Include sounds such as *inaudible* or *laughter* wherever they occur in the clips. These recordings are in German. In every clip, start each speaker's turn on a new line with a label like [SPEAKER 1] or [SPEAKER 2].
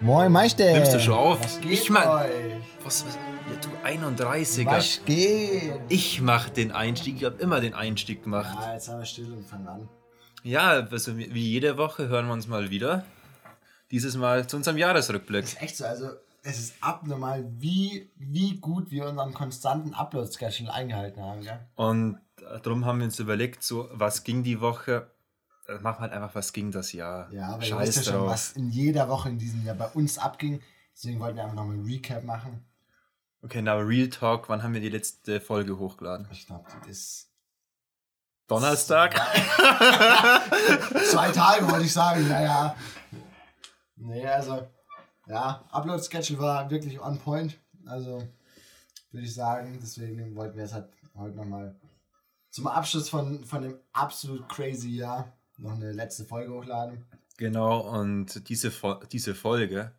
[SPEAKER 1] Moin, Meister.
[SPEAKER 2] Nimmst du schon auf?
[SPEAKER 1] Äh, Was geht
[SPEAKER 2] ich mach.
[SPEAKER 1] euch?
[SPEAKER 2] Was, was, ja, du 31er.
[SPEAKER 1] Was geht?
[SPEAKER 2] Ich mach den Einstieg. Ich hab immer den Einstieg gemacht.
[SPEAKER 1] Ah, jetzt haben wir still und fangen an.
[SPEAKER 2] Ja, also wie jede Woche hören wir uns mal wieder. Dieses Mal zu unserem Jahresrückblick.
[SPEAKER 1] Ist echt so, also es ist abnormal, wie, wie gut wir unseren konstanten Upload-Schedule eingehalten haben, gell?
[SPEAKER 2] Und darum haben wir uns überlegt, so, was ging die Woche? Dann Machen wir halt einfach, was ging das Jahr?
[SPEAKER 1] Ja, aber ihr
[SPEAKER 2] Scheiß
[SPEAKER 1] wisst ja schon,
[SPEAKER 2] drauf.
[SPEAKER 1] was in jeder Woche in diesem Jahr bei uns abging. Deswegen wollten wir einfach nochmal ein Recap machen.
[SPEAKER 2] Okay, na, Real Talk, wann haben wir die letzte Folge hochgeladen?
[SPEAKER 1] Ich glaube, das ist
[SPEAKER 2] Donnerstag?
[SPEAKER 1] *laughs* zwei Tage, wollte ich sagen. Naja. Nee, also, ja, Upload-Schedule war wirklich on point. Also, würde ich sagen, deswegen wollten wir es halt heute nochmal zum Abschluss von, von dem absolut crazy Jahr noch eine letzte Folge hochladen.
[SPEAKER 2] Genau, und diese, Fo- diese Folge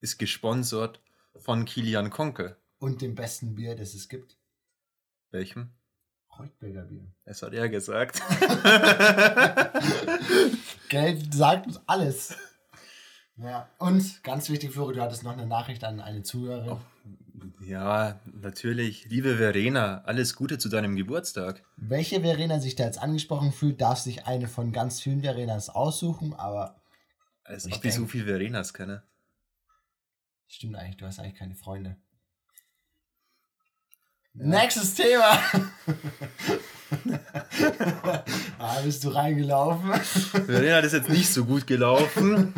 [SPEAKER 2] ist gesponsert von Kilian Konkel.
[SPEAKER 1] Und dem besten Bier, das es gibt.
[SPEAKER 2] Welchem?
[SPEAKER 1] Reutberger Bier.
[SPEAKER 2] Das hat er gesagt. *laughs*
[SPEAKER 1] Geld sagt uns *laughs* alles. Ja, und ganz wichtig, Flori, du hattest noch eine Nachricht an eine Zuhörerin.
[SPEAKER 2] ja, natürlich. Liebe Verena, alles Gute zu deinem Geburtstag.
[SPEAKER 1] Welche Verena sich da jetzt angesprochen fühlt, darf sich eine von ganz vielen Verenas aussuchen, aber
[SPEAKER 2] Also,
[SPEAKER 1] Ich
[SPEAKER 2] ob ich so
[SPEAKER 1] denk-
[SPEAKER 2] viele Verenas kenne.
[SPEAKER 1] stimmt eigentlich, du hast eigentlich keine Freunde. Nächstes Thema! *laughs* ah, bist du reingelaufen?
[SPEAKER 2] Verena, das ist jetzt nicht so
[SPEAKER 1] *laughs*
[SPEAKER 2] gut gelaufen.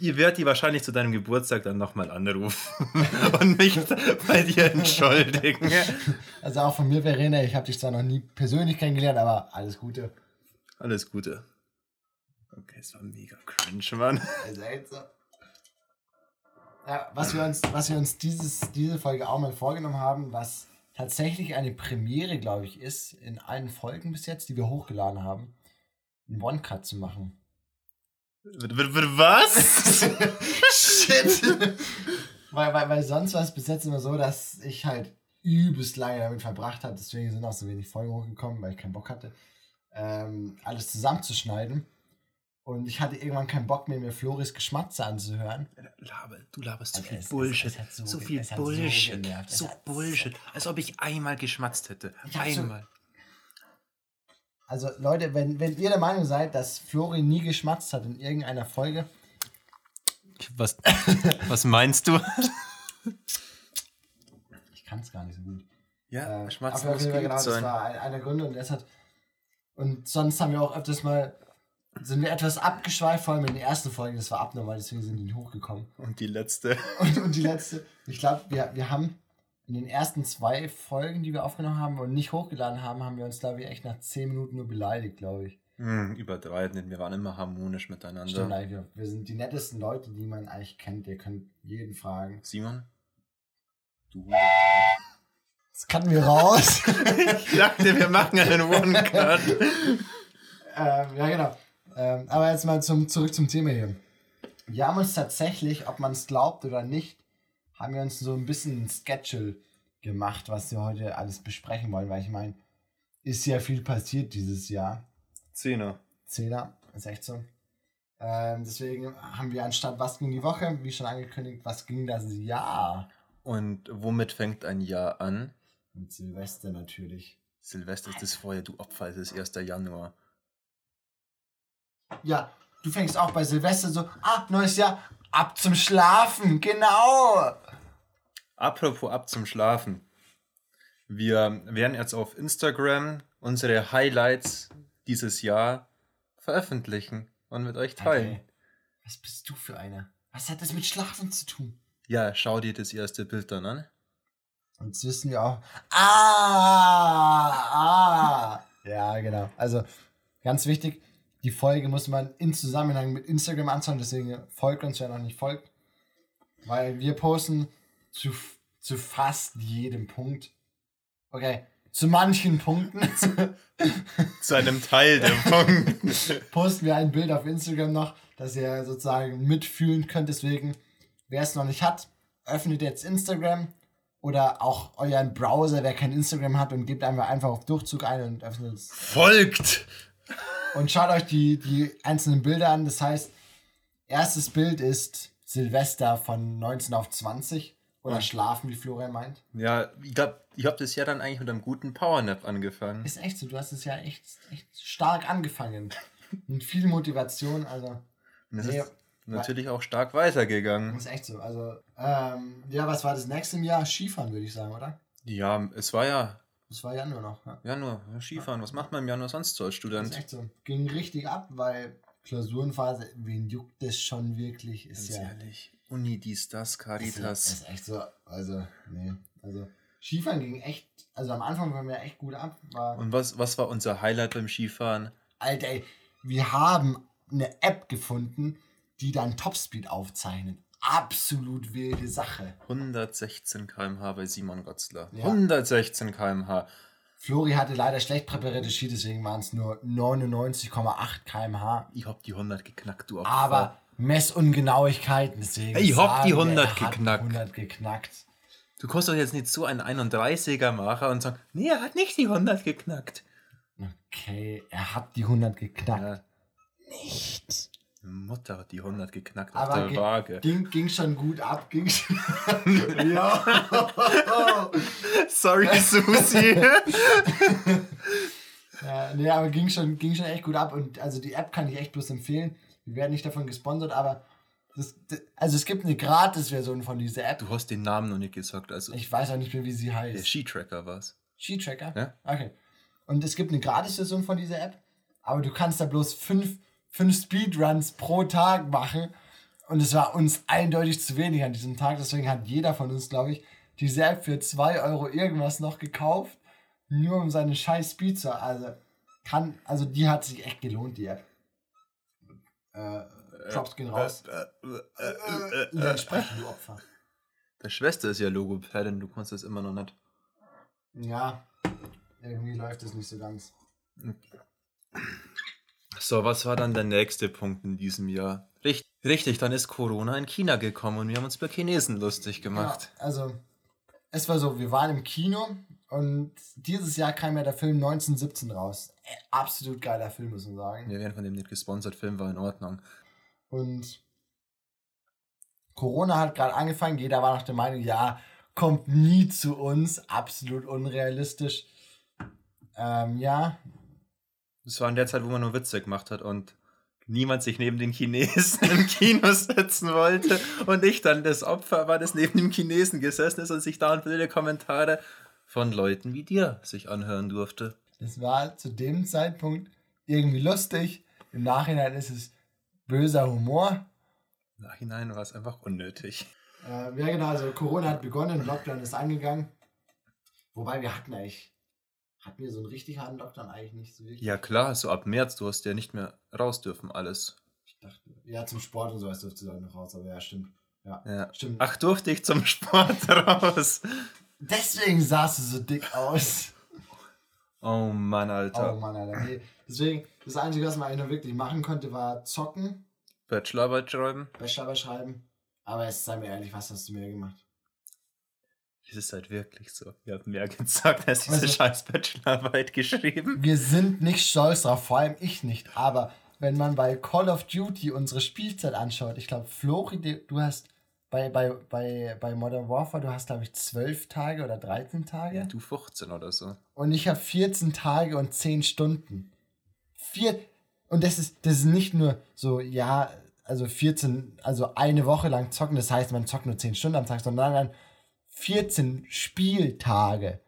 [SPEAKER 2] Ihr werdet die wahrscheinlich zu deinem Geburtstag dann nochmal anrufen *laughs* und mich bei dir entschuldigen.
[SPEAKER 1] Also auch von mir, Verena, ich habe dich zwar noch nie persönlich kennengelernt, aber alles Gute.
[SPEAKER 2] Alles Gute. Okay, es war mega cringe, Mann.
[SPEAKER 1] Also echt so. Ja, was wir uns, was wir uns dieses, diese Folge auch mal vorgenommen haben, was tatsächlich eine Premiere, glaube ich, ist, in allen Folgen bis jetzt, die wir hochgeladen haben, einen One-Cut zu machen. *laughs*
[SPEAKER 2] W- w- w- Was?
[SPEAKER 1] Shit! weil, weil, weil sonst war es bis jetzt immer so, dass ich halt übelst lange damit verbracht habe, deswegen sind auch so wenig Folgen hochgekommen, weil ich keinen Bock hatte, ähm, alles zusammenzuschneiden. Und ich hatte irgendwann keinen Bock mehr, mir Floris Geschmatze anzuhören.
[SPEAKER 2] Laber, du laberst so
[SPEAKER 1] Alter, Also
[SPEAKER 2] viel
[SPEAKER 1] es- es-
[SPEAKER 2] Bullshit.
[SPEAKER 1] es hat so
[SPEAKER 2] so,
[SPEAKER 1] ge-
[SPEAKER 2] viel
[SPEAKER 1] es hat so
[SPEAKER 2] Bullshit.
[SPEAKER 1] genervt. Es
[SPEAKER 2] So,
[SPEAKER 1] hat so-
[SPEAKER 2] Bullshit. Als ob ich einmal geschmatzt hätte.
[SPEAKER 1] Ich hab so-
[SPEAKER 2] Einmal.
[SPEAKER 1] Also Leute, wenn, wenn ihr der Meinung seid, dass Flori nie geschmatzt hat in irgendeiner Folge,
[SPEAKER 2] Was, was meinst du?
[SPEAKER 1] ich kann es gar nicht so gut.
[SPEAKER 2] Ja,
[SPEAKER 1] Äh,
[SPEAKER 2] schmatzen
[SPEAKER 1] aber auf
[SPEAKER 2] muss
[SPEAKER 1] jeden Fall
[SPEAKER 2] gut
[SPEAKER 1] genau, das
[SPEAKER 2] sein.
[SPEAKER 1] war ein- einer Gründe und das hat. Und sonst haben wir auch öfters mal, sind wir etwas abgeschweift, vor allem in den ersten Folgen, das war abnormal, deswegen sind die hochgekommen. *laughs*
[SPEAKER 2] Und die letzte.
[SPEAKER 1] Und, und die letzte, ich glaube, wir, wir haben in den ersten zwei Folgen, die wir aufgenommen haben und nicht hochgeladen haben, haben wir uns, glaube ich, echt nach zehn Minuten nur beleidigt, glaube ich.
[SPEAKER 2] Hm, übertreibend. Wir waren immer harmonisch miteinander.
[SPEAKER 1] Stimmt, eigentlich, wir, wir sind die nettesten Leute, die man eigentlich kennt. Ihr könnt jeden fragen.
[SPEAKER 2] Simon? Du.
[SPEAKER 1] Das kann mir raus.
[SPEAKER 2] Ich dachte, wir machen einen One-Cut.
[SPEAKER 1] *laughs* Ähm, ja, genau. Ähm, aber jetzt mal zum, zurück zum Thema hier. Wir haben uns tatsächlich, ob man es glaubt oder nicht, haben wir uns so ein bisschen ein Schedule gemacht, was wir heute alles besprechen wollen, weil ich meine, ist ja viel passiert dieses Jahr.
[SPEAKER 2] Zehner.
[SPEAKER 1] Zehner, 16. Ähm, deswegen haben wir anstatt was ging die Woche, wie schon angekündigt, was ging das Jahr?
[SPEAKER 2] Und womit fängt ein Jahr an?
[SPEAKER 1] Mit Silvester natürlich.
[SPEAKER 2] Silvester ist das Feuer, du Opfer, es ist 1. Januar.
[SPEAKER 1] Ja, du fängst auch bei Silvester so, ah, neues Jahr, ab zum Schlafen, genau.
[SPEAKER 2] Apropos ab zum Schlafen. Wir werden jetzt auf Instagram unsere Highlights dieses Jahr veröffentlichen und mit euch teilen.
[SPEAKER 1] Okay. Was bist du für einer? Was hat das mit Schlafen zu tun?
[SPEAKER 2] Ja, schau dir das erste Bild dann an.
[SPEAKER 1] Und Jetzt wissen wir auch. Ah, ah. ja, genau. Also ganz wichtig, die Folge muss man in Zusammenhang mit Instagram anschauen, deswegen folgt uns, wer noch nicht folgt. Weil wir posten zu, zu fast jedem Punkt. Okay, zu manchen Punkten
[SPEAKER 2] Zu einem Teil der Punkte.
[SPEAKER 1] posten wir ein Bild auf Instagram noch, dass ihr sozusagen mitfühlen könnt. Deswegen, wer es noch nicht hat, öffnet jetzt Instagram oder auch euren Browser, wer kein Instagram hat und gebt einfach einfach auf Durchzug ein und öffnet es.
[SPEAKER 2] *laughs* Folgt!
[SPEAKER 1] Und schaut euch die, die einzelnen Bilder an. Das heißt, erstes Bild ist Silvester von 19 auf 20 oder
[SPEAKER 2] Mhm.
[SPEAKER 1] schlafen, wie Florian meint.
[SPEAKER 2] Ja, ich glaube, ich habe das Jahr dann eigentlich mit einem guten Powernap angefangen.
[SPEAKER 1] Ist echt so, du hast es ja echt, echt stark angefangen. Mit viel Motivation, also
[SPEAKER 2] Und es
[SPEAKER 1] nee.
[SPEAKER 2] ist natürlich auch stark weitergegangen.
[SPEAKER 1] ist echt so. Also, ähm, ja, was war das nächste im Jahr? Skifahren, würde ich sagen, oder?
[SPEAKER 2] Ja, es war ja
[SPEAKER 1] Das war ja nur noch. Ja.
[SPEAKER 2] Januar, ja, Skifahren. Was macht man im Januar sonst so
[SPEAKER 1] Das
[SPEAKER 2] als
[SPEAKER 1] ist
[SPEAKER 2] Student?
[SPEAKER 1] echt so. Ging richtig ab, weil Klausurenphase, wen juckt das schon wirklich? Ist
[SPEAKER 2] Ganz
[SPEAKER 1] ja.
[SPEAKER 2] ehrlich. Uni, dies, das,
[SPEAKER 1] Ist,
[SPEAKER 2] Caritas.
[SPEAKER 1] ist echt so. Also, nee. Also, Skifahren ging echt. Also, am Anfang waren wir echt gut ab. War,
[SPEAKER 2] Und was, was war unser Highlight beim Skifahren?
[SPEAKER 1] Alter, ey, wir haben eine App gefunden, die dann Topspeed aufzeichnet. Absolut wilde Sache.
[SPEAKER 2] 116 km/h bei Simon Gotzler.
[SPEAKER 1] Ja.
[SPEAKER 2] 116 km/h.
[SPEAKER 1] Flori hatte leider schlecht präparierte Ski, deswegen waren es nur 99,8 km/h.
[SPEAKER 2] Ich hab die 100 geknackt, du Opfer.
[SPEAKER 1] Aber Messungenauigkeiten, deswegen.
[SPEAKER 2] Ich hab
[SPEAKER 1] sagen
[SPEAKER 2] die
[SPEAKER 1] wir,
[SPEAKER 2] 100
[SPEAKER 1] er hat
[SPEAKER 2] geknackt.
[SPEAKER 1] 100 geknackt.
[SPEAKER 2] Du kommst doch jetzt nicht zu einem 31er Macher und sagst, nee, er hat nicht die 100 geknackt.
[SPEAKER 1] Okay, er hat die 100 geknackt.
[SPEAKER 2] Ja, Mutter hat die 100 geknackt auf
[SPEAKER 1] Aber
[SPEAKER 2] der
[SPEAKER 1] ge- *laughs*
[SPEAKER 2] Waage.
[SPEAKER 1] ging, ging schon gut ab, ging schon. *laughs* ja.
[SPEAKER 2] *laughs* Sorry, Susi.
[SPEAKER 1] Ja, nee, aber ging schon, ging schon echt gut ab. Und also die App kann ich echt bloß empfehlen. Wir werden nicht davon gesponsert, aber das, das, also es gibt eine Gratis-Version von dieser App.
[SPEAKER 2] du hast den Namen noch nicht gesagt, also
[SPEAKER 1] Ich weiß auch nicht mehr, wie sie heißt.
[SPEAKER 2] der Skitracker war's.
[SPEAKER 1] Ski-Tracker?
[SPEAKER 2] Ja.
[SPEAKER 1] Okay. Und es gibt eine Gratis-Version von dieser App, aber du kannst da bloß fünf, fünf Speedruns pro Tag machen. Und es war uns eindeutig zu wenig an diesem Tag. Deswegen hat jeder von uns, glaube ich, diese App für 2 Euro irgendwas noch gekauft, nur um seine scheiß Speed zu. Also, kann, also die hat sich echt gelohnt, die App. Äh, Props gehen raus.
[SPEAKER 2] äh,
[SPEAKER 1] Äh, Entsprechend, du Opfer.
[SPEAKER 2] Der Schwester ist ja Logopädin, du kannst das immer noch nicht.
[SPEAKER 1] Ja, irgendwie läuft es nicht so ganz.
[SPEAKER 2] So, was war dann der nächste Punkt in diesem Jahr? Richt, richtig, dann ist Corona in China gekommen und wir haben uns über Chinesen lustig gemacht.
[SPEAKER 1] Ja, also, es war so, wir waren im Kino und dieses Jahr kam ja der Film 1917 raus. Äh, Absolut geiler Film, muss man sagen.
[SPEAKER 2] Wir werden von dem nicht gesponsert, Film war in Ordnung.
[SPEAKER 1] Und Corona hat gerade angefangen, jeder war nach der Meinung, ja, kommt nie zu uns, absolut unrealistisch. Ähm, ja,
[SPEAKER 2] Das war in der Zeit, wo man nur Witze gemacht hat und niemand sich neben den Chinesen im Kino *laughs* setzen wollte und ich dann das Opfer war, das neben dem Chinesen gesessen ist und sich da und blöde Kommentare von Leuten wie dir sich anhören durfte.
[SPEAKER 1] das war zu dem Zeitpunkt irgendwie lustig. Im Nachhinein ist es böser Humor.
[SPEAKER 2] Im Nachhinein war es einfach unnötig.
[SPEAKER 1] Äh, ja, genau, also Corona hat begonnen, Lockdown ist angegangen. Wobei wir hatten eigentlich, hatten wir so einen richtig harten Lockdown eigentlich nicht so wirklich.
[SPEAKER 2] Ja klar, so ab März, du hast ja nicht mehr raus dürfen alles.
[SPEAKER 1] Ich dachte, ja, zum Sport und sowas dürfte dann noch raus, aber ja, stimmt. Ja,
[SPEAKER 2] Ja.
[SPEAKER 1] stimmt.
[SPEAKER 2] Ach, durfte ich zum Sport raus.
[SPEAKER 1] Deswegen sahst du so dick
[SPEAKER 2] *laughs*
[SPEAKER 1] aus.
[SPEAKER 2] Oh Mann, Alter.
[SPEAKER 1] Oh Mann, Alter. Nee. Deswegen, das Einzige, was man eigentlich noch wirklich machen konnte, war zocken,
[SPEAKER 2] Bachelorarbeit schreiben.
[SPEAKER 1] Bachelorarbeit schreiben. Aber jetzt sei mir ehrlich, was hast du mehr gemacht?
[SPEAKER 2] Es ist halt wirklich so. Ihr habt mehr gesagt, als diese
[SPEAKER 1] Also-
[SPEAKER 2] scheiß
[SPEAKER 1] *laughs*
[SPEAKER 2] Bachelorarbeit geschrieben.
[SPEAKER 1] Wir sind nicht stolz drauf, vor allem ich nicht. Aber wenn man bei Call of Duty unsere Spielzeit anschaut, ich glaube, Flori, de- du hast bei, bei, bei, bei Modern Warfare, du hast, glaube ich, 12 Tage oder 13 Tage.
[SPEAKER 2] Ja, du 15 oder so.
[SPEAKER 1] Und ich habe 14 Tage und 10 Stunden. Vier und das ist, das ist nicht nur so, ja, also 14, also eine Woche lang zocken, das heißt, man zockt nur 10 Stunden am Tag, sondern dann 14 Spieltage.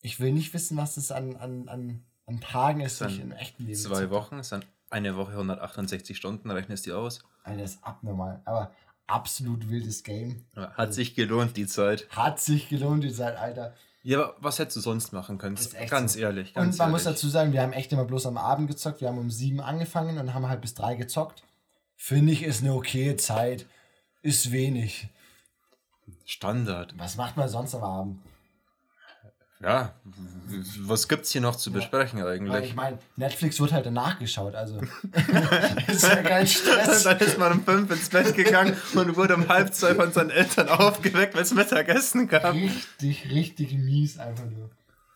[SPEAKER 1] Ich will nicht wissen, was das an, an, an, an Tagen ist,
[SPEAKER 2] Dann
[SPEAKER 1] die ich im echten Leben
[SPEAKER 2] Zwei
[SPEAKER 1] zocke.
[SPEAKER 2] Wochen, ist dann eine Woche 168 Stunden, rechnest du aus.
[SPEAKER 1] Alter, das ist abnormal, aber absolut wildes Game.
[SPEAKER 2] Ja, Hat sich gelohnt, die Zeit.
[SPEAKER 1] Hat sich gelohnt, die Zeit, Alter.
[SPEAKER 2] Ja, aber was hättest du sonst machen können?
[SPEAKER 1] Ist echt
[SPEAKER 2] Ganz
[SPEAKER 1] so.
[SPEAKER 2] ehrlich.
[SPEAKER 1] Und man
[SPEAKER 2] Ganz ehrlich.
[SPEAKER 1] muss dazu sagen, wir haben echt immer bloß am Abend gezockt. Wir haben um sieben angefangen und haben halt bis drei gezockt. Finde ich, ist eine okaye Zeit. Ist wenig.
[SPEAKER 2] Standard.
[SPEAKER 1] Was macht man sonst am Abend?
[SPEAKER 2] Ja, w- w- was gibt's hier noch zu besprechen
[SPEAKER 1] Weil
[SPEAKER 2] eigentlich?
[SPEAKER 1] ich meine, Netflix wird halt danach geschaut, also *laughs* ist ja kein
[SPEAKER 2] *laughs*
[SPEAKER 1] Stress.
[SPEAKER 2] Dann ist man um fünf ins Bett gegangen und wurde um halb zwei von seinen Eltern aufgeweckt, weil es Mittagessen gab.
[SPEAKER 1] Richtig, richtig mies einfach nur.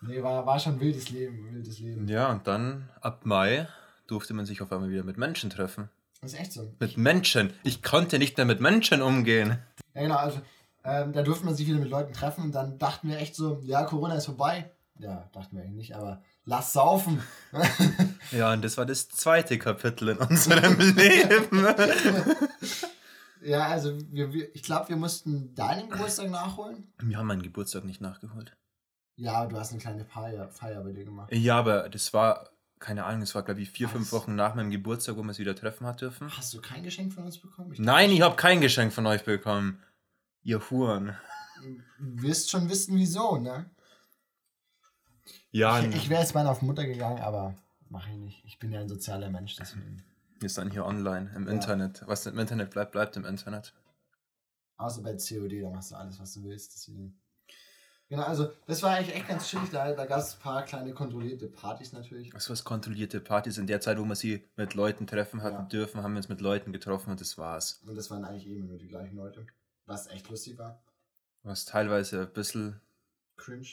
[SPEAKER 1] Nee, war, war schon wildes Leben, wildes Leben.
[SPEAKER 2] Ja, und dann ab Mai durfte man sich auf einmal wieder mit Menschen treffen.
[SPEAKER 1] Das ist echt so.
[SPEAKER 2] Mit Menschen. Ich konnte nicht mehr mit Menschen umgehen.
[SPEAKER 1] Ja, genau, also ähm, da durfte man sich wieder mit Leuten treffen und dann dachten wir echt so, ja, Corona ist vorbei. Ja, dachten wir eigentlich nicht, aber lass saufen. *laughs*
[SPEAKER 2] Ja, und das war das zweite Kapitel in unserem *laughs* Leben.
[SPEAKER 1] ja, also wir, wir, ich glaube, wir mussten deinen Geburtstag nachholen.
[SPEAKER 2] Wir haben meinen Geburtstag nicht nachgeholt.
[SPEAKER 1] Ja, du hast eine kleine Feier, Feier bei dir gemacht.
[SPEAKER 2] Ja, aber das war, keine Ahnung, es war glaube ich vier, fünf
[SPEAKER 1] Was?
[SPEAKER 2] Wochen nach meinem Geburtstag, wo wir es wieder treffen hat dürfen.
[SPEAKER 1] Hast du kein Geschenk von uns bekommen? Ich
[SPEAKER 2] Nein, ich habe kein Geschenk von euch bekommen. Ihr Huren.
[SPEAKER 1] wirst schon wissen, wieso, ne?
[SPEAKER 2] Ja,
[SPEAKER 1] Ich, ich wäre jetzt mal auf Mutter gegangen, aber mache ich nicht. Ich bin ja ein sozialer Mensch, deswegen.
[SPEAKER 2] ist dann hier online, im
[SPEAKER 1] Ja.
[SPEAKER 2] Internet. Was im Internet bleibt, bleibt im Internet.
[SPEAKER 1] Außer bei COD, da machst du alles, was du willst, deswegen. Genau, also das war eigentlich echt ganz chillig. Da, da gab es ein paar kleine kontrollierte Partys natürlich.
[SPEAKER 2] Was was kontrollierte Partys in der Zeit, wo wir sie mit Leuten treffen hatten
[SPEAKER 1] Ja.
[SPEAKER 2] dürfen, haben wir uns mit Leuten getroffen und das war's.
[SPEAKER 1] Und das waren eigentlich eben nur die gleichen Leute. Was echt lustig war.
[SPEAKER 2] Was teilweise ein bisschen
[SPEAKER 1] Cringe.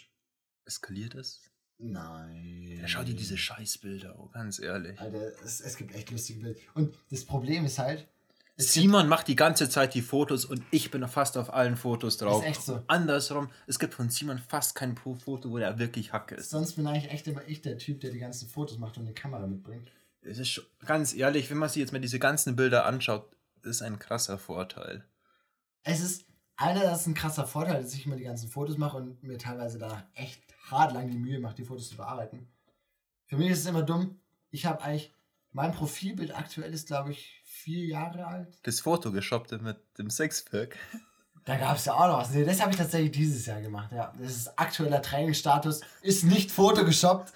[SPEAKER 2] eskaliert ist.
[SPEAKER 1] Nein.
[SPEAKER 2] Ja, schau dir diese Scheißbilder an, ganz ehrlich.
[SPEAKER 1] Alter, es, es gibt echt lustige Bilder. Und das Problem ist halt, es gibt,
[SPEAKER 2] Simon macht die ganze Zeit die Fotos und ich bin fast auf allen Fotos drauf.
[SPEAKER 1] Ist echt so.
[SPEAKER 2] Und andersrum, es gibt von Simon fast kein Pro- Foto, wo er wirklich Hacke ist.
[SPEAKER 1] sonst bin eigentlich echt immer ich der Typ, der die ganzen Fotos macht und eine Kamera mitbringt.
[SPEAKER 2] Es ist schon- ganz ehrlich, wenn man sich jetzt mal diese ganzen Bilder anschaut, ist ein krasser Vorteil.
[SPEAKER 1] Es ist, Alter, das ist ein krasser Vorteil, dass ich immer die ganzen Fotos mache und mir teilweise danach echt hart lang die Mühe mache, die Fotos zu bearbeiten. Für mich ist es immer dumm. Ich habe eigentlich, mein Profilbild aktuell ist, glaube ich, vier Jahre alt.
[SPEAKER 2] Das Foto geschoppte mit dem Sixpack.
[SPEAKER 1] Da gab es ja auch noch was. Nee, das habe ich tatsächlich dieses Jahr gemacht. Ja, das ist aktueller Trainingsstatus. Ist nicht fotogeshoppt.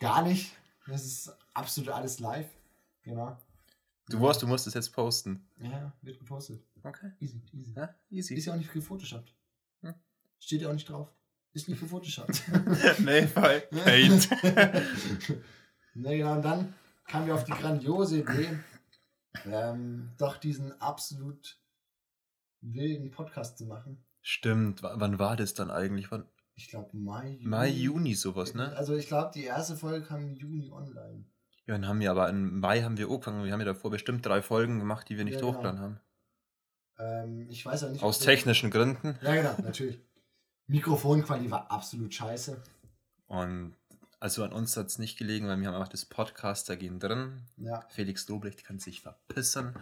[SPEAKER 1] Gar nicht. Das ist absolut alles live. Genau.
[SPEAKER 2] Du warst, du musst es jetzt posten.
[SPEAKER 1] Ja, wird gepostet.
[SPEAKER 2] Okay.
[SPEAKER 1] Easy, easy.
[SPEAKER 2] Ja, easy.
[SPEAKER 1] Ist ja auch nicht gefotoshoppt.
[SPEAKER 2] Hm.
[SPEAKER 1] Steht ja auch nicht drauf. Ist nicht gefotoshoppt.
[SPEAKER 2] *laughs* nee,
[SPEAKER 1] *laughs*
[SPEAKER 2] bei *laughs* Paint.
[SPEAKER 1] ne, genau, und dann kamen wir auf die grandiose Idee, ähm, doch diesen absolut wilden Podcast zu machen.
[SPEAKER 2] Stimmt, wa- wann war das dann eigentlich? Wann?
[SPEAKER 1] Ich glaube, Mai, Juni.
[SPEAKER 2] Mai, Juni sowas, ne?
[SPEAKER 1] Also ich glaube, die erste Folge kam im Juni online.
[SPEAKER 2] Ja, dann haben wir aber im Mai haben wir angefangen. Wir haben ja davor bestimmt drei Folgen gemacht, die wir nicht
[SPEAKER 1] Ja, genau.
[SPEAKER 2] hochgeladen haben.
[SPEAKER 1] Ähm, ich weiß auch nicht.
[SPEAKER 2] Aus
[SPEAKER 1] ob-
[SPEAKER 2] technischen Gründen.
[SPEAKER 1] Ja, genau, natürlich. Mikrofonquali war absolut scheiße.
[SPEAKER 2] Und also an uns hat es nicht gelegen, weil wir haben einfach das Podcaster-Gen drin.
[SPEAKER 1] Ja.
[SPEAKER 2] Felix Lobrecht kann sich verpissen.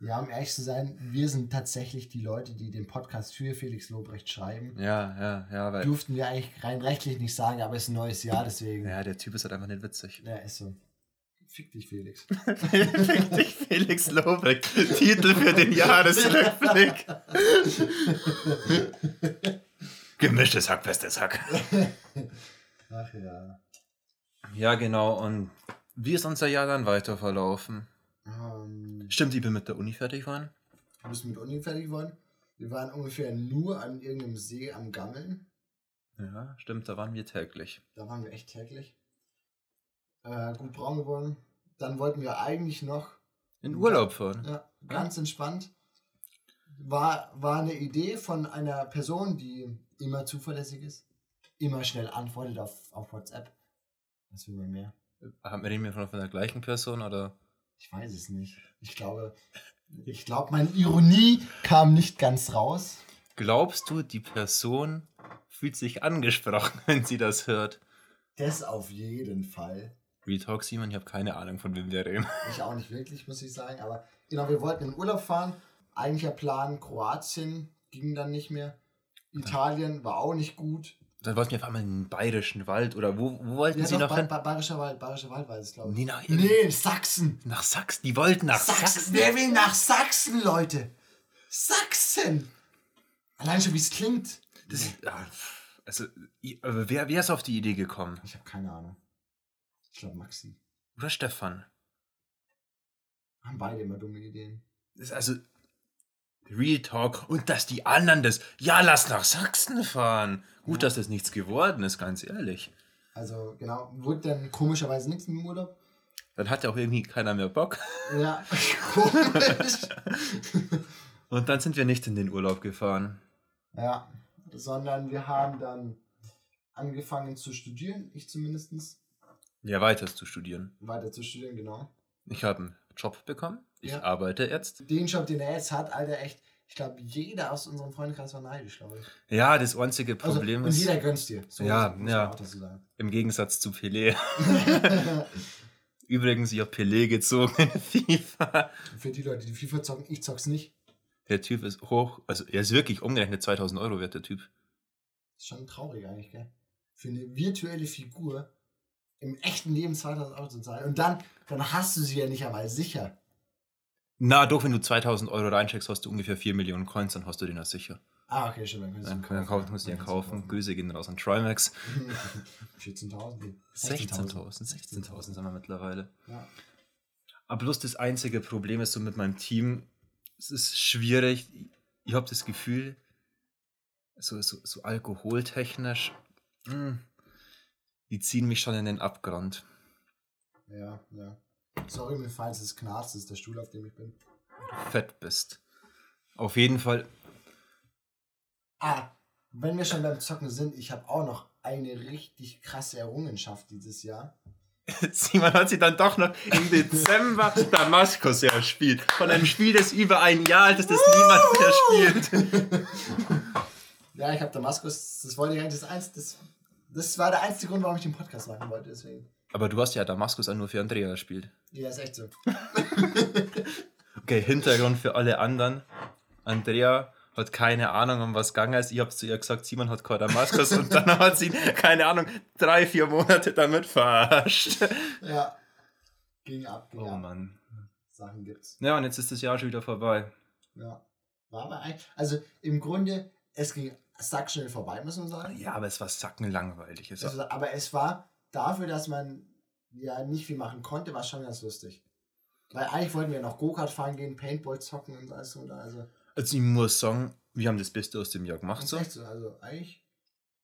[SPEAKER 1] ja, um ehrlich zu sein, wir sind tatsächlich die Leute, die den Podcast für Felix Lobrecht schreiben.
[SPEAKER 2] Ja, ja, ja, weil
[SPEAKER 1] Durften wir eigentlich rein rechtlich nicht sagen, aber es ist ein neues Jahr, deswegen. Ja,
[SPEAKER 2] ja, der Typ ist halt einfach nicht witzig.
[SPEAKER 1] ist so. Fick dich, Felix.
[SPEAKER 2] Fick dich, Felix Lobrecht. Titel für den Jahresrückblick. Gemischtes Hack, bestes Hack.
[SPEAKER 1] Ach ja.
[SPEAKER 2] Ja, genau. Und wie ist unser Jahr dann weiter verlaufen?
[SPEAKER 1] Ähm,
[SPEAKER 2] Stimmt, ich bin mit der Uni fertig geworden.
[SPEAKER 1] du bist mit Uni fertig geworden. Wir waren ungefähr nur an irgendeinem See am Gammeln.
[SPEAKER 2] Ja, stimmt, da waren wir täglich.
[SPEAKER 1] Da waren wir echt täglich. Äh, gut braun geworden. Dann wollten wir eigentlich noch,
[SPEAKER 2] In Urlaub fahren.
[SPEAKER 1] ja, ganz entspannt, war, war eine Idee von einer Person, die immer zuverlässig ist, immer schnell antwortet auf, auf WhatsApp. Was will man mehr?
[SPEAKER 2] Haben wir reden wir von von der gleichen Person oder?
[SPEAKER 1] Ich weiß es nicht. Ich glaube, ich glaube, meine Ironie kam nicht ganz raus.
[SPEAKER 2] Glaubst du, die Person fühlt sich angesprochen, *laughs* wenn sie das hört?
[SPEAKER 1] Das auf jeden Fall.
[SPEAKER 2] Retalk Simon, ich habe keine Ahnung, von wem wir reden.
[SPEAKER 1] Ich auch nicht wirklich, muss ich sagen. Aber genau, wir wollten in den Urlaub fahren. Eigentlicher Plan Kroatien ging dann nicht mehr. Italien war auch nicht gut.
[SPEAKER 2] Dann wollten wir auf einmal in den Bayerischen Wald oder wo, wo wollten
[SPEAKER 1] Ja,
[SPEAKER 2] sie
[SPEAKER 1] doch,
[SPEAKER 2] noch
[SPEAKER 1] ba
[SPEAKER 2] hin?
[SPEAKER 1] ba Bayerischer Wald, Bayerischer Wald war es, glaube ich.
[SPEAKER 2] Nee, nach,
[SPEAKER 1] Nee, Sachsen.
[SPEAKER 2] nach Sachsen. Die wollten nach
[SPEAKER 1] Sachsen.
[SPEAKER 2] Sachsen.
[SPEAKER 1] Wer will nach Sachsen, Leute? Sachsen. Allein schon, wie es klingt.
[SPEAKER 2] Das ist, ah, pff, also, i- aber wer, wer ist auf die Idee gekommen?
[SPEAKER 1] Ich habe keine Ahnung. Ich glaube, Maxi.
[SPEAKER 2] Oder Stefan?
[SPEAKER 1] Haben beide immer dumme Ideen.
[SPEAKER 2] Das ist also Real Talk und dass die anderen das, ja, lass nach Sachsen fahren. Gut, dass das nichts geworden ist, ganz ehrlich.
[SPEAKER 1] Also genau, wurde dann komischerweise nichts mit dem
[SPEAKER 2] *laughs*
[SPEAKER 1] Urlaub.
[SPEAKER 2] Dann hat ja auch irgendwie keiner mehr Bock.
[SPEAKER 1] Ja, *laughs* komisch.
[SPEAKER 2] Und dann sind wir nicht in den Urlaub gefahren.
[SPEAKER 1] ja, sondern wir haben dann angefangen zu studieren, ich zumindest,
[SPEAKER 2] Ja, weiter zu studieren.
[SPEAKER 1] weiter zu studieren, genau.
[SPEAKER 2] Ich habe einen Job bekommen. Ich
[SPEAKER 1] Ja.
[SPEAKER 2] arbeite jetzt.
[SPEAKER 1] Den Job, den er jetzt hat, Alter, echt. Ich glaube, jeder aus unserem Freundeskreis war neidisch, glaube ich.
[SPEAKER 2] Ja, das einzige
[SPEAKER 1] Also,
[SPEAKER 2] Problem
[SPEAKER 1] und
[SPEAKER 2] ist,
[SPEAKER 1] jeder gönnt dir. So
[SPEAKER 2] Ja,
[SPEAKER 1] muss man
[SPEAKER 2] ja.
[SPEAKER 1] Auch dazu
[SPEAKER 2] *laughs*
[SPEAKER 1] sagen.
[SPEAKER 2] im Gegensatz zu Pelé, *laughs* übrigens, ich habe Pelé gezogen in FIFA.
[SPEAKER 1] Für die Leute, die FIFA zocken, ich zock's nicht.
[SPEAKER 2] Der Typ ist hoch, also er ist wirklich umgerechnet 2000 Euro wert, der Typ.
[SPEAKER 1] Ist schon traurig eigentlich, gell? Für eine virtuelle Figur im echten Leben 2000 Euro zu zahlen. Und dann, dann hast du sie ja nicht einmal sicher.
[SPEAKER 2] Na doch, wenn du 2000 Euro reinsteckst, hast du ungefähr 4 Millionen Coins, dann hast du den ja sicher.
[SPEAKER 1] Ah, okay, stimmt. Dann kannst
[SPEAKER 2] Dann, dann kauf- musst du den
[SPEAKER 1] Dann kannst du *laughs*
[SPEAKER 2] kaufen. Grüße gehen raus an Trimax.
[SPEAKER 1] 14.000. nee,
[SPEAKER 2] 16.000, 16.000 sind wir mittlerweile.
[SPEAKER 1] Ja.
[SPEAKER 2] Aber bloß das einzige Problem ist so mit meinem Team, es ist schwierig. Ich habe das Gefühl, so, so, so alkoholtechnisch, mm, die ziehen mich schon in den Abgrund.
[SPEAKER 1] ja, ja. Sorry, mir falls es knarzt, das ist der Stuhl, auf dem ich bin.
[SPEAKER 2] Fett bist. Auf jeden Fall,
[SPEAKER 1] Ah, wenn wir schon beim Zocken sind, ich habe auch noch eine richtig krasse Errungenschaft dieses Jahr.
[SPEAKER 2] *laughs* Simon hat sie dann doch noch im Dezember Damaskus ja gespielt. Von einem Spiel, das über ein Jahr alt ist, das niemand mehr spielt.
[SPEAKER 1] Ja, ich habe Damaskus, das wollte ich eigentlich, das, eins, das, das war der einzige Grund, warum ich den Podcast machen wollte, deswegen.
[SPEAKER 2] *laughs* Aber du hast ja Damaskus auch nur für Andrea gespielt.
[SPEAKER 1] Ja, ist echt so.
[SPEAKER 2] Okay, Hintergrund für alle anderen. Andrea hat keine Ahnung, um was gegangen ist. Ich hab's zu ihr gesagt, Simon hat kein Damaskus und dann *laughs* hat sie, keine Ahnung, drei, vier Monate damit verarscht.
[SPEAKER 1] Ja. Ging ab, ging
[SPEAKER 2] Oh
[SPEAKER 1] ab.
[SPEAKER 2] Mann.
[SPEAKER 1] Sachen gibt's.
[SPEAKER 2] Ja, und jetzt ist das Jahr schon wieder vorbei.
[SPEAKER 1] Ja. War aber ein, also im Grunde, es ging sackschnell vorbei, muss man sagen.
[SPEAKER 2] Ja, aber es war sackenlangweilig. Es war
[SPEAKER 1] Also, aber es war dafür, dass man ja nicht viel machen konnte, war schon ganz lustig. Weil eigentlich wollten wir noch Go-Kart fahren gehen, Paintball zocken und alles so. und Also,
[SPEAKER 2] Also ich muss sagen, wir haben das Beste aus dem Jahr gemacht.
[SPEAKER 1] ist
[SPEAKER 2] So.
[SPEAKER 1] echt so. Also eigentlich,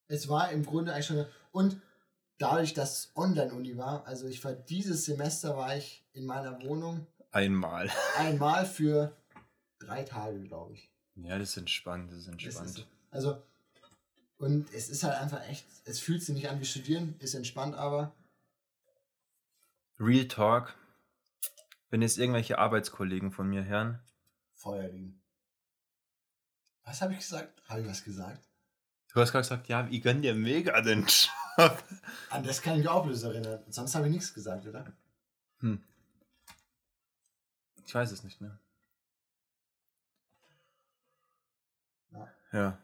[SPEAKER 1] es war im Grunde eigentlich schon. Und dadurch, dass es Online-Uni war, also ich war dieses Semester war ich in meiner Wohnung
[SPEAKER 2] Einmal.
[SPEAKER 1] einmal für drei Tage, glaube ich.
[SPEAKER 2] Ja, das ist entspannt, das ist
[SPEAKER 1] Es
[SPEAKER 2] entspannt.
[SPEAKER 1] Ist, also, und es ist halt einfach echt, es fühlt sich nicht an wie studieren, ist entspannt, aber
[SPEAKER 2] Real Talk. Wenn jetzt irgendwelche Arbeitskollegen von mir hören,
[SPEAKER 1] Feuerling. Was habe ich gesagt? Habe ich was gesagt?
[SPEAKER 2] du hast gerade gesagt, ja, ich gönn dir mega den Job.
[SPEAKER 1] An das kann ich mich auch bloß erinnern. Sonst habe ich nichts gesagt, oder?
[SPEAKER 2] Hm. Ich weiß es nicht ne? mehr.
[SPEAKER 1] Ja.
[SPEAKER 2] Ja.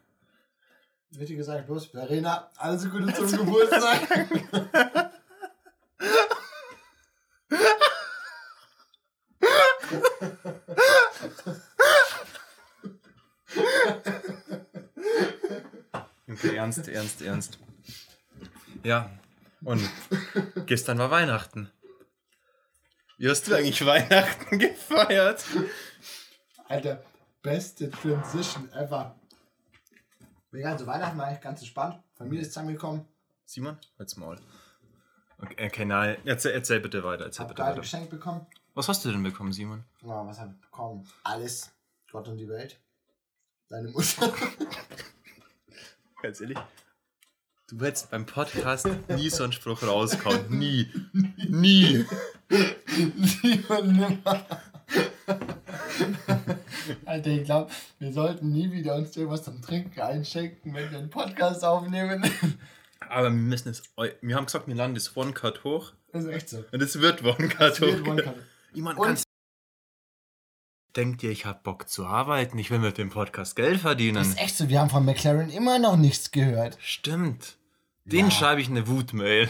[SPEAKER 1] Wird dir gesagt, bloß, Verena, alles Gute zum Geburtstag.
[SPEAKER 2] Okay, ernst, ernst, ernst. Ja. Und gestern war Weihnachten. Wie hast du eigentlich Weihnachten *laughs* gefeiert?
[SPEAKER 1] Alter, Halt beste Transition ever. Mega, also Weihnachten war eigentlich ganz entspannt. Familie ist zusammengekommen,
[SPEAKER 2] Simon, halt's Maul. Okay, okay nein, erzähl, erzähl bitte weiter, erzähl
[SPEAKER 1] hab
[SPEAKER 2] bitte
[SPEAKER 1] geile
[SPEAKER 2] weiter.
[SPEAKER 1] Geschenke bekommen.
[SPEAKER 2] Was hast du denn bekommen, Simon?
[SPEAKER 1] Ja, was habe ich bekommen? Alles. Gott und die Welt. Deine Mutter.
[SPEAKER 2] Ganz ehrlich. Du hättest beim Podcast nie so einen Spruch rauskommen. Nie. Nie.
[SPEAKER 1] Lieber nimmer. Alter, ich glaube, wir sollten nie wieder uns irgendwas zum Trinken einschenken, wenn wir einen Podcast aufnehmen.
[SPEAKER 2] Aber wir müssen es. eu- Wir haben gesagt, wir laden das One-Cut hoch.
[SPEAKER 1] Das ist echt so.
[SPEAKER 2] Und es wird One-Cut
[SPEAKER 1] Wird wohl
[SPEAKER 2] hoch.
[SPEAKER 1] kein-
[SPEAKER 2] Jemand
[SPEAKER 1] Und-
[SPEAKER 2] kannst. Denkt ihr, ich hab Bock zu arbeiten? Ich will mit dem Podcast Geld
[SPEAKER 1] Das
[SPEAKER 2] verdienen.
[SPEAKER 1] ist echt so, wir haben von McLaren immer noch nichts gehört.
[SPEAKER 2] Stimmt. Den
[SPEAKER 1] Ja.
[SPEAKER 2] schreibe ich eine Wutmail.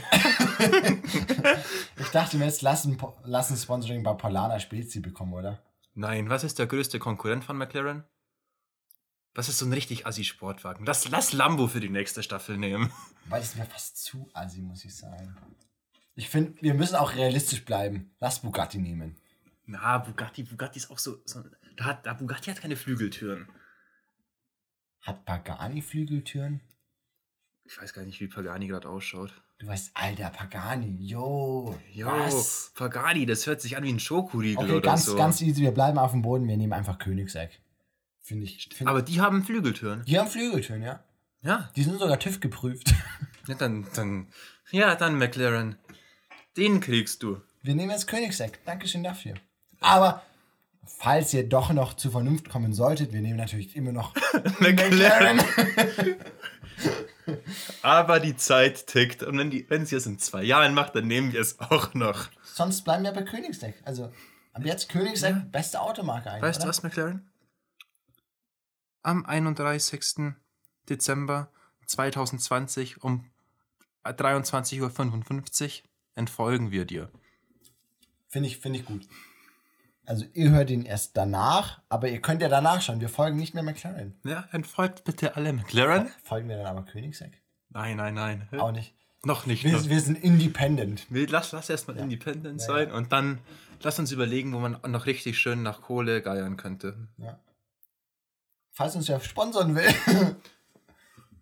[SPEAKER 1] Ich dachte mir jetzt, lassen, lassen Sponsoring bei Polana Spezi bekommen, oder?
[SPEAKER 2] Nein, was ist der größte Konkurrent von McLaren? Was ist so ein richtig Assi-Sportwagen? Lass, lass Lambo für die nächste Staffel nehmen.
[SPEAKER 1] Weil es mir fast zu assi, muss ich sagen. Ich finde, wir müssen auch realistisch bleiben. Lass Bugatti nehmen.
[SPEAKER 2] Na, Bugatti, Bugatti ist auch so. so ein- da hat, da Bugatti hat keine Flügeltüren.
[SPEAKER 1] Hat Pagani Flügeltüren?
[SPEAKER 2] Ich weiß gar nicht, wie Pagani gerade ausschaut.
[SPEAKER 1] Du weißt, alter Pagani, yo.
[SPEAKER 2] Jo,
[SPEAKER 1] Was?
[SPEAKER 2] Pagani, das hört sich an wie ein Schokoriegel
[SPEAKER 1] Okay,
[SPEAKER 2] oder
[SPEAKER 1] ganz,
[SPEAKER 2] so.
[SPEAKER 1] ganz easy. Wir bleiben auf dem Boden. Wir nehmen einfach Königseck. Finde ich. Find
[SPEAKER 2] Aber die haben Flügeltüren.
[SPEAKER 1] die haben Flügeltüren, ja.
[SPEAKER 2] Ja,
[SPEAKER 1] Die sind sogar TÜV geprüft. *laughs*
[SPEAKER 2] ja dann, dann. Ja, dann McLaren. Den kriegst du.
[SPEAKER 1] *laughs* Wir nehmen jetzt Königseck. Dankeschön dafür. Aber falls ihr doch noch zur Vernunft kommen solltet, wir nehmen natürlich immer
[SPEAKER 2] *laughs*
[SPEAKER 1] noch
[SPEAKER 2] McLaren. Aber die Zeit tickt. Und wenn, die, wenn sie es in zwei Jahren macht, dann nehmen wir es auch noch.
[SPEAKER 1] Sonst bleiben wir bei Königsdeck. Also, ab jetzt Königsdeck, beste Automarke eigentlich.
[SPEAKER 2] Weißt du
[SPEAKER 1] oder?
[SPEAKER 2] was, McLaren? Am 31. Dezember 2020 um 23.55 Uhr entfolgen wir dir.
[SPEAKER 1] Finde ich, finde ich gut. Also, ihr hört ihn erst danach, aber ihr könnt ja danach schon. Wir folgen nicht mehr McLaren.
[SPEAKER 2] Ja, entfolgt bitte alle McLaren.
[SPEAKER 1] Folgen wir dann aber Königsdeck?
[SPEAKER 2] Nein, nein, nein.
[SPEAKER 1] Auch nicht.
[SPEAKER 2] Noch nicht.
[SPEAKER 1] Wir,
[SPEAKER 2] Noch.
[SPEAKER 1] wir sind independent.
[SPEAKER 2] Wir- Lass, lass erstmal Independent
[SPEAKER 1] Ja,
[SPEAKER 2] sein und dann lass uns überlegen, wo man noch richtig schön nach Kohle geiern könnte.
[SPEAKER 1] Falls uns wer sponsern will.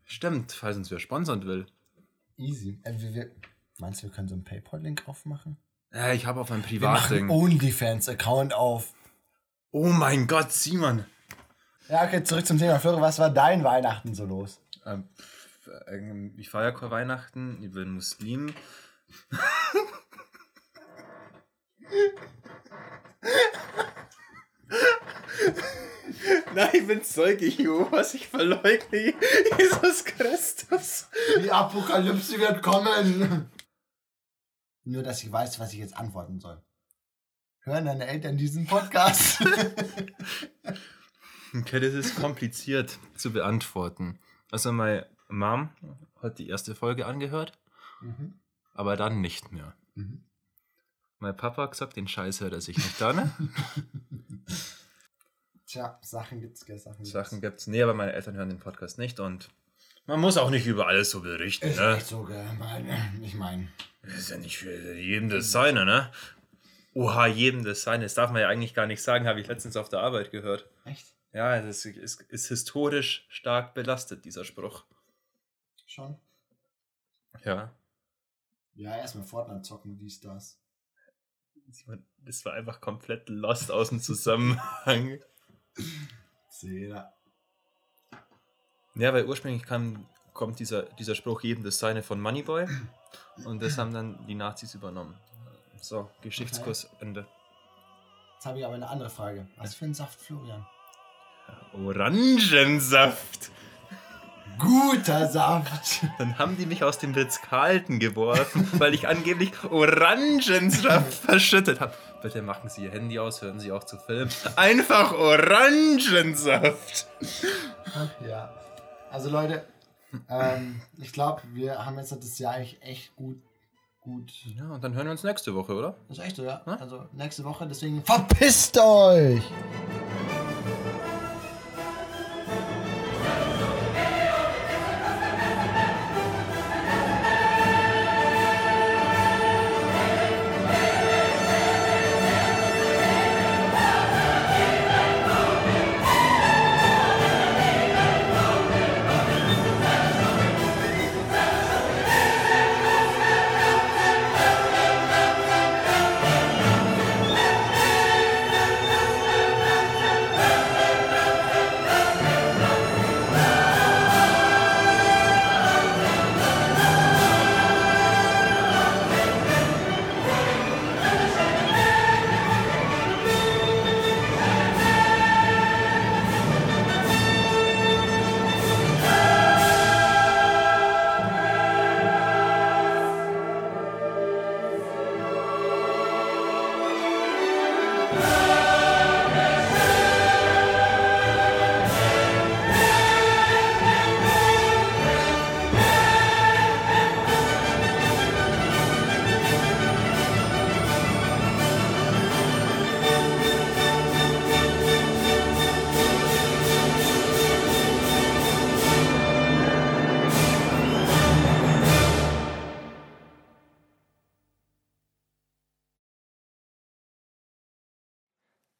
[SPEAKER 2] Stimmt, falls uns wer sponsern will.
[SPEAKER 1] *laughs* Easy. Äh, wir, wir, meinst du, wir können so einen Paypal-Link aufmachen?
[SPEAKER 2] Äh, ich habe auf meinem
[SPEAKER 1] Wir machen
[SPEAKER 2] Privatding. Oh.
[SPEAKER 1] OnlyFans-Account auf.
[SPEAKER 2] mein Gott, Simon.
[SPEAKER 1] Ja, okay, zurück zum Thema. Flore, was war dein Weihnachten so los?
[SPEAKER 2] Ähm, pf, ähm, ich feiere kein Weihnachten, ich bin Muslim. *laughs* Nein, ich bin Zeuge Jehovas, ich verleugne Jesus Christus.
[SPEAKER 1] Die Apokalypse wird kommen. Nur, dass ich weiß, was ich jetzt antworten soll. Hören deine Eltern diesen *laughs* Podcast?
[SPEAKER 2] Okay, das ist kompliziert zu beantworten. Also, meine Mom hat die erste Folge angehört,
[SPEAKER 1] mhm.
[SPEAKER 2] aber dann nicht mehr.
[SPEAKER 1] Mhm.
[SPEAKER 2] Mein Papa hat gesagt, den Scheiß hört er sich nicht an.
[SPEAKER 1] Tja, Sachen gibt's, gell, Sachen gibt's.
[SPEAKER 2] Sachen gibt's. Nee, aber meine Eltern hören den Podcast nicht und man muss auch nicht über alles so berichten,
[SPEAKER 1] Ist
[SPEAKER 2] ne?
[SPEAKER 1] echt so, gell, mein, ich meine.
[SPEAKER 2] Das ist ja nicht für jedem das Seine, ne? Oha, jedem das Seine. Das darf man ja eigentlich gar nicht sagen, habe ich letztens auf der Arbeit gehört.
[SPEAKER 1] Echt?
[SPEAKER 2] Ja, das ist, ist, ist historisch stark belastet, dieser Spruch.
[SPEAKER 1] Schon?
[SPEAKER 2] Ja.
[SPEAKER 1] Ja, erstmal Fortnite zocken, dies, das.
[SPEAKER 2] Das war einfach komplett lost aus dem Zusammenhang.
[SPEAKER 1] Zähler.
[SPEAKER 2] Ja, weil ursprünglich kam, kommt dieser, dieser Spruch jedem das Seine von Moneyboy und das haben dann die Nazis übernommen. So, Geschichtskurs Ende.
[SPEAKER 1] Jetzt habe ich aber eine andere Frage. Was für ein Saft, Florian?
[SPEAKER 2] Orangensaft.
[SPEAKER 1] Guter Saft.
[SPEAKER 2] Dann haben die mich aus dem Ritz-Carlton geworfen, *laughs* weil ich angeblich Orangensaft verschüttet habe. Bitte machen Sie Ihr Handy aus, hören Sie auch zu filmen. Einfach Orangensaft.
[SPEAKER 1] *laughs* ja. Also Leute, ähm, ich glaube, wir haben jetzt das Jahr eigentlich echt gut, gut.
[SPEAKER 2] Ja, und dann hören wir uns nächste Woche, oder?
[SPEAKER 1] Das ist echt so, ja.
[SPEAKER 2] Hm?
[SPEAKER 1] Also nächste Woche, deswegen verpisst euch!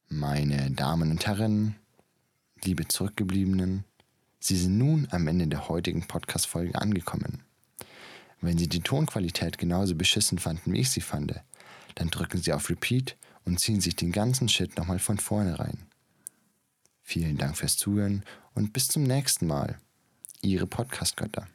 [SPEAKER 1] Meine Damen und Herren, liebe Zurückgebliebenen, Sie sind nun am Ende der heutigen Podcast-Folge angekommen. Wenn Sie die Tonqualität genauso beschissen fanden, wie ich sie fand, dann drücken Sie auf Repeat und ziehen sich den ganzen Shit nochmal von vorne rein. Vielen Dank fürs Zuhören und bis zum nächsten Mal. Ihre Podcast-Götter.